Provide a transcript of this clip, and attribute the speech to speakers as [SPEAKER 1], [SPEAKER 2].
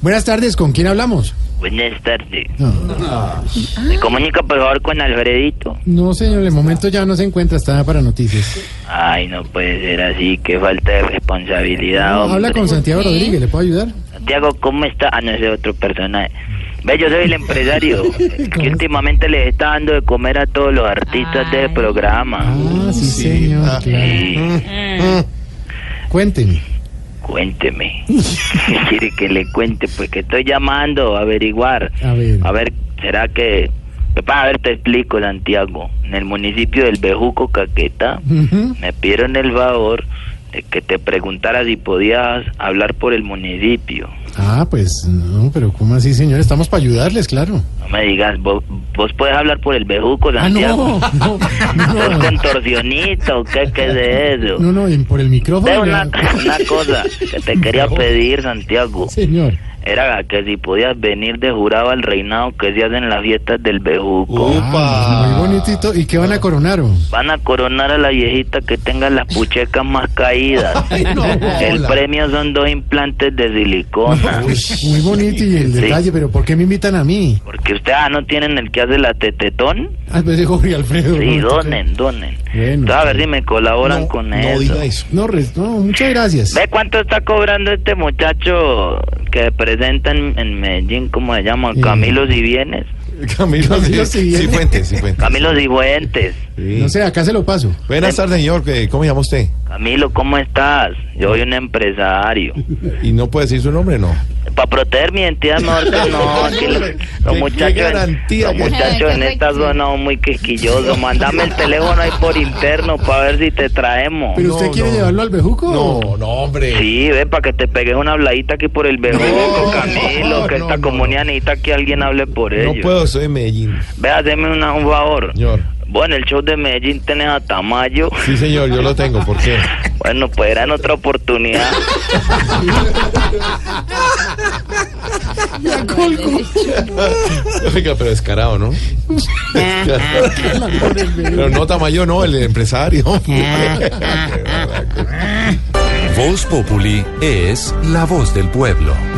[SPEAKER 1] Buenas tardes, ¿con quién hablamos?
[SPEAKER 2] Buenas tardes. Me comunica por favor con Alfredito.
[SPEAKER 1] No, señor, en el momento ya no se encuentra, está para noticias.
[SPEAKER 2] Ay, no puede ser así. Qué falta de responsabilidad, hombre.
[SPEAKER 1] Habla con Santiago Rodríguez, ¿le puedo ayudar?
[SPEAKER 2] Santiago, ¿cómo está? Ah, no, ese es otro personaje. Ve, yo soy el empresario que últimamente les está dando de comer a todos los artistas del programa.
[SPEAKER 1] Ah, sí, señor, claro.
[SPEAKER 2] Sí,
[SPEAKER 1] Cuénteme.
[SPEAKER 2] cuénteme. ¿Qué quiere que le cuente? Pues que estoy llamando a averiguar.
[SPEAKER 1] A ver.
[SPEAKER 2] A ver, ¿será que... Papá, a ver, te explico, Santiago. En el municipio del Bejuco, Caqueta,
[SPEAKER 1] Ujú.
[SPEAKER 2] me pidieron el favor de que te preguntara si podías hablar por el municipio.
[SPEAKER 1] Ah, pues no, pero ¿cómo así, señor? Estamos para ayudarles, claro.
[SPEAKER 2] No me digas, vos, vos puedes hablar por el Bejuco,
[SPEAKER 1] Ah, no,
[SPEAKER 2] Santiago.
[SPEAKER 1] no,
[SPEAKER 2] ¿Sos
[SPEAKER 1] no,
[SPEAKER 2] contorsionista o qué, qué es eso?
[SPEAKER 1] no, no, y por el
[SPEAKER 2] Ve
[SPEAKER 1] micrófono.
[SPEAKER 2] una,
[SPEAKER 1] ya.
[SPEAKER 2] una cosa que te quería pedir, Santiago.
[SPEAKER 1] Señor,
[SPEAKER 2] Era que si podías venir de jurado al reinado que se hacen las fiestas del Bejuco.
[SPEAKER 1] Ah, muy bonitito. ¿Y qué van a coronar? Oh. o?
[SPEAKER 2] Van a coronar a la viejita que tenga las puchecas más caídas.
[SPEAKER 1] Ay, no,
[SPEAKER 2] El
[SPEAKER 1] hola.
[SPEAKER 2] premio son dos implantes de silicona.
[SPEAKER 1] Muy bonito y el detalle, pero ¿por qué me invitan a mí?
[SPEAKER 2] Porque ustedes ah, no tienen el que hace la tetetón.
[SPEAKER 1] Ah, pues dijo Jorge Alfredo.
[SPEAKER 2] Sí,
[SPEAKER 1] ¿no?
[SPEAKER 2] donen, donen.
[SPEAKER 1] Bueno.
[SPEAKER 2] Entonces, a ver si me colaboran
[SPEAKER 1] No,
[SPEAKER 2] con
[SPEAKER 1] no
[SPEAKER 2] eso.
[SPEAKER 1] diga eso. No, res- no, muchas gracias.
[SPEAKER 2] ¿Ve cuánto está cobrando este muchacho que presenta en, en Medellín? ¿Cómo se llama?
[SPEAKER 1] Eh.
[SPEAKER 2] Camilo Cibienes.
[SPEAKER 3] Camilo,
[SPEAKER 1] Camilo
[SPEAKER 3] sí,
[SPEAKER 1] Cifuentes.
[SPEAKER 3] sí, Fuentes, sí, Fuentes.
[SPEAKER 2] Camilo Cifuentes.
[SPEAKER 3] Sí.
[SPEAKER 1] No sé, acá se lo paso.
[SPEAKER 3] Buenas tardes, señor. ¿Qué- ¿Cómo se llama usted?
[SPEAKER 2] Camilo, ¿cómo estás? Yo soy un empresario.
[SPEAKER 3] Y no puede decir su nombre, no.
[SPEAKER 2] Para proteger mi identidad, mejor que no. Aquí los,
[SPEAKER 3] Qué-
[SPEAKER 2] los
[SPEAKER 3] qué
[SPEAKER 2] muchachos,
[SPEAKER 3] garantía
[SPEAKER 2] los
[SPEAKER 3] que-
[SPEAKER 2] muchachos en esta zona son muy quisquillosos. Mándame el teléfono ahí por interno para ver si te traemos.
[SPEAKER 1] ¿Pero
[SPEAKER 3] No,
[SPEAKER 1] usted quiere
[SPEAKER 3] no.
[SPEAKER 1] llevarlo al bejuco?
[SPEAKER 3] No, no, hombre.
[SPEAKER 2] Sí, ve, para que te pegues una habladita aquí por el bejuco,
[SPEAKER 3] No,
[SPEAKER 2] Camilo, que
[SPEAKER 3] no,
[SPEAKER 2] esta
[SPEAKER 3] no.
[SPEAKER 2] comunidad necesita que alguien hable por
[SPEAKER 3] no
[SPEAKER 2] ellos.
[SPEAKER 3] puedo, soy de Medellín.
[SPEAKER 2] Ve, hazme una- un favor.
[SPEAKER 3] Señor.
[SPEAKER 2] Bueno, el show de Medellín tenés a Tamayo.
[SPEAKER 3] Sí, señor, yo lo tengo. ¿Por qué?
[SPEAKER 2] Bueno, pues era en otra oportunidad.
[SPEAKER 3] Oiga, pero descarado, ¿no? Descarado. pero no Tamayo, no, el empresario. Ah,
[SPEAKER 4] Voz Populi es la voz del pueblo.